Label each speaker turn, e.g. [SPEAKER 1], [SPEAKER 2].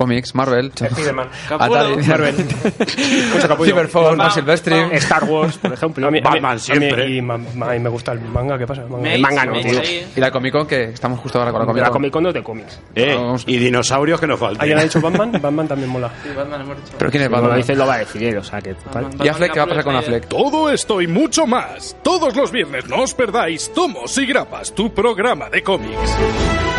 [SPEAKER 1] Cómics, Marvel,
[SPEAKER 2] Spiderman.
[SPEAKER 1] Atari,
[SPEAKER 3] Marvel. Mucho capullo.
[SPEAKER 1] Cyberpunk,
[SPEAKER 2] Batman,
[SPEAKER 1] Mark Silvestri.
[SPEAKER 3] Star Wars, por ejemplo.
[SPEAKER 2] A mí- a mí-
[SPEAKER 3] Batman
[SPEAKER 2] a mí-
[SPEAKER 3] siempre.
[SPEAKER 2] y ma- ma- y me gusta el manga, ¿qué pasa? El manga,
[SPEAKER 3] El manga no,
[SPEAKER 4] Mace
[SPEAKER 3] tío.
[SPEAKER 4] ahí.
[SPEAKER 1] Y la Comic Con, que estamos justo ahora con la
[SPEAKER 3] De
[SPEAKER 1] Comic
[SPEAKER 3] la
[SPEAKER 1] Con.
[SPEAKER 3] Comic Con no es de cómics.
[SPEAKER 5] Eh,
[SPEAKER 1] Vamos.
[SPEAKER 5] y dinosaurios que nos faltan.
[SPEAKER 2] ¿Alguien ha dicho Batman? Batman también mola.
[SPEAKER 4] Sí, Batman, hemos dicho.
[SPEAKER 1] Pero ¿quién es
[SPEAKER 3] Cuando lo
[SPEAKER 1] Batman?
[SPEAKER 3] dices lo va a decir él, o sea que...
[SPEAKER 4] Batman,
[SPEAKER 1] ¿Y a
[SPEAKER 4] Batman,
[SPEAKER 1] Fleck? ¿Qué va a
[SPEAKER 4] Capullo,
[SPEAKER 1] pasar con a
[SPEAKER 4] Snyder.
[SPEAKER 1] Fleck?
[SPEAKER 6] Todo esto y mucho más. Todos los viernes no os perdáis Tomos y Grapas, tu programa de cómics.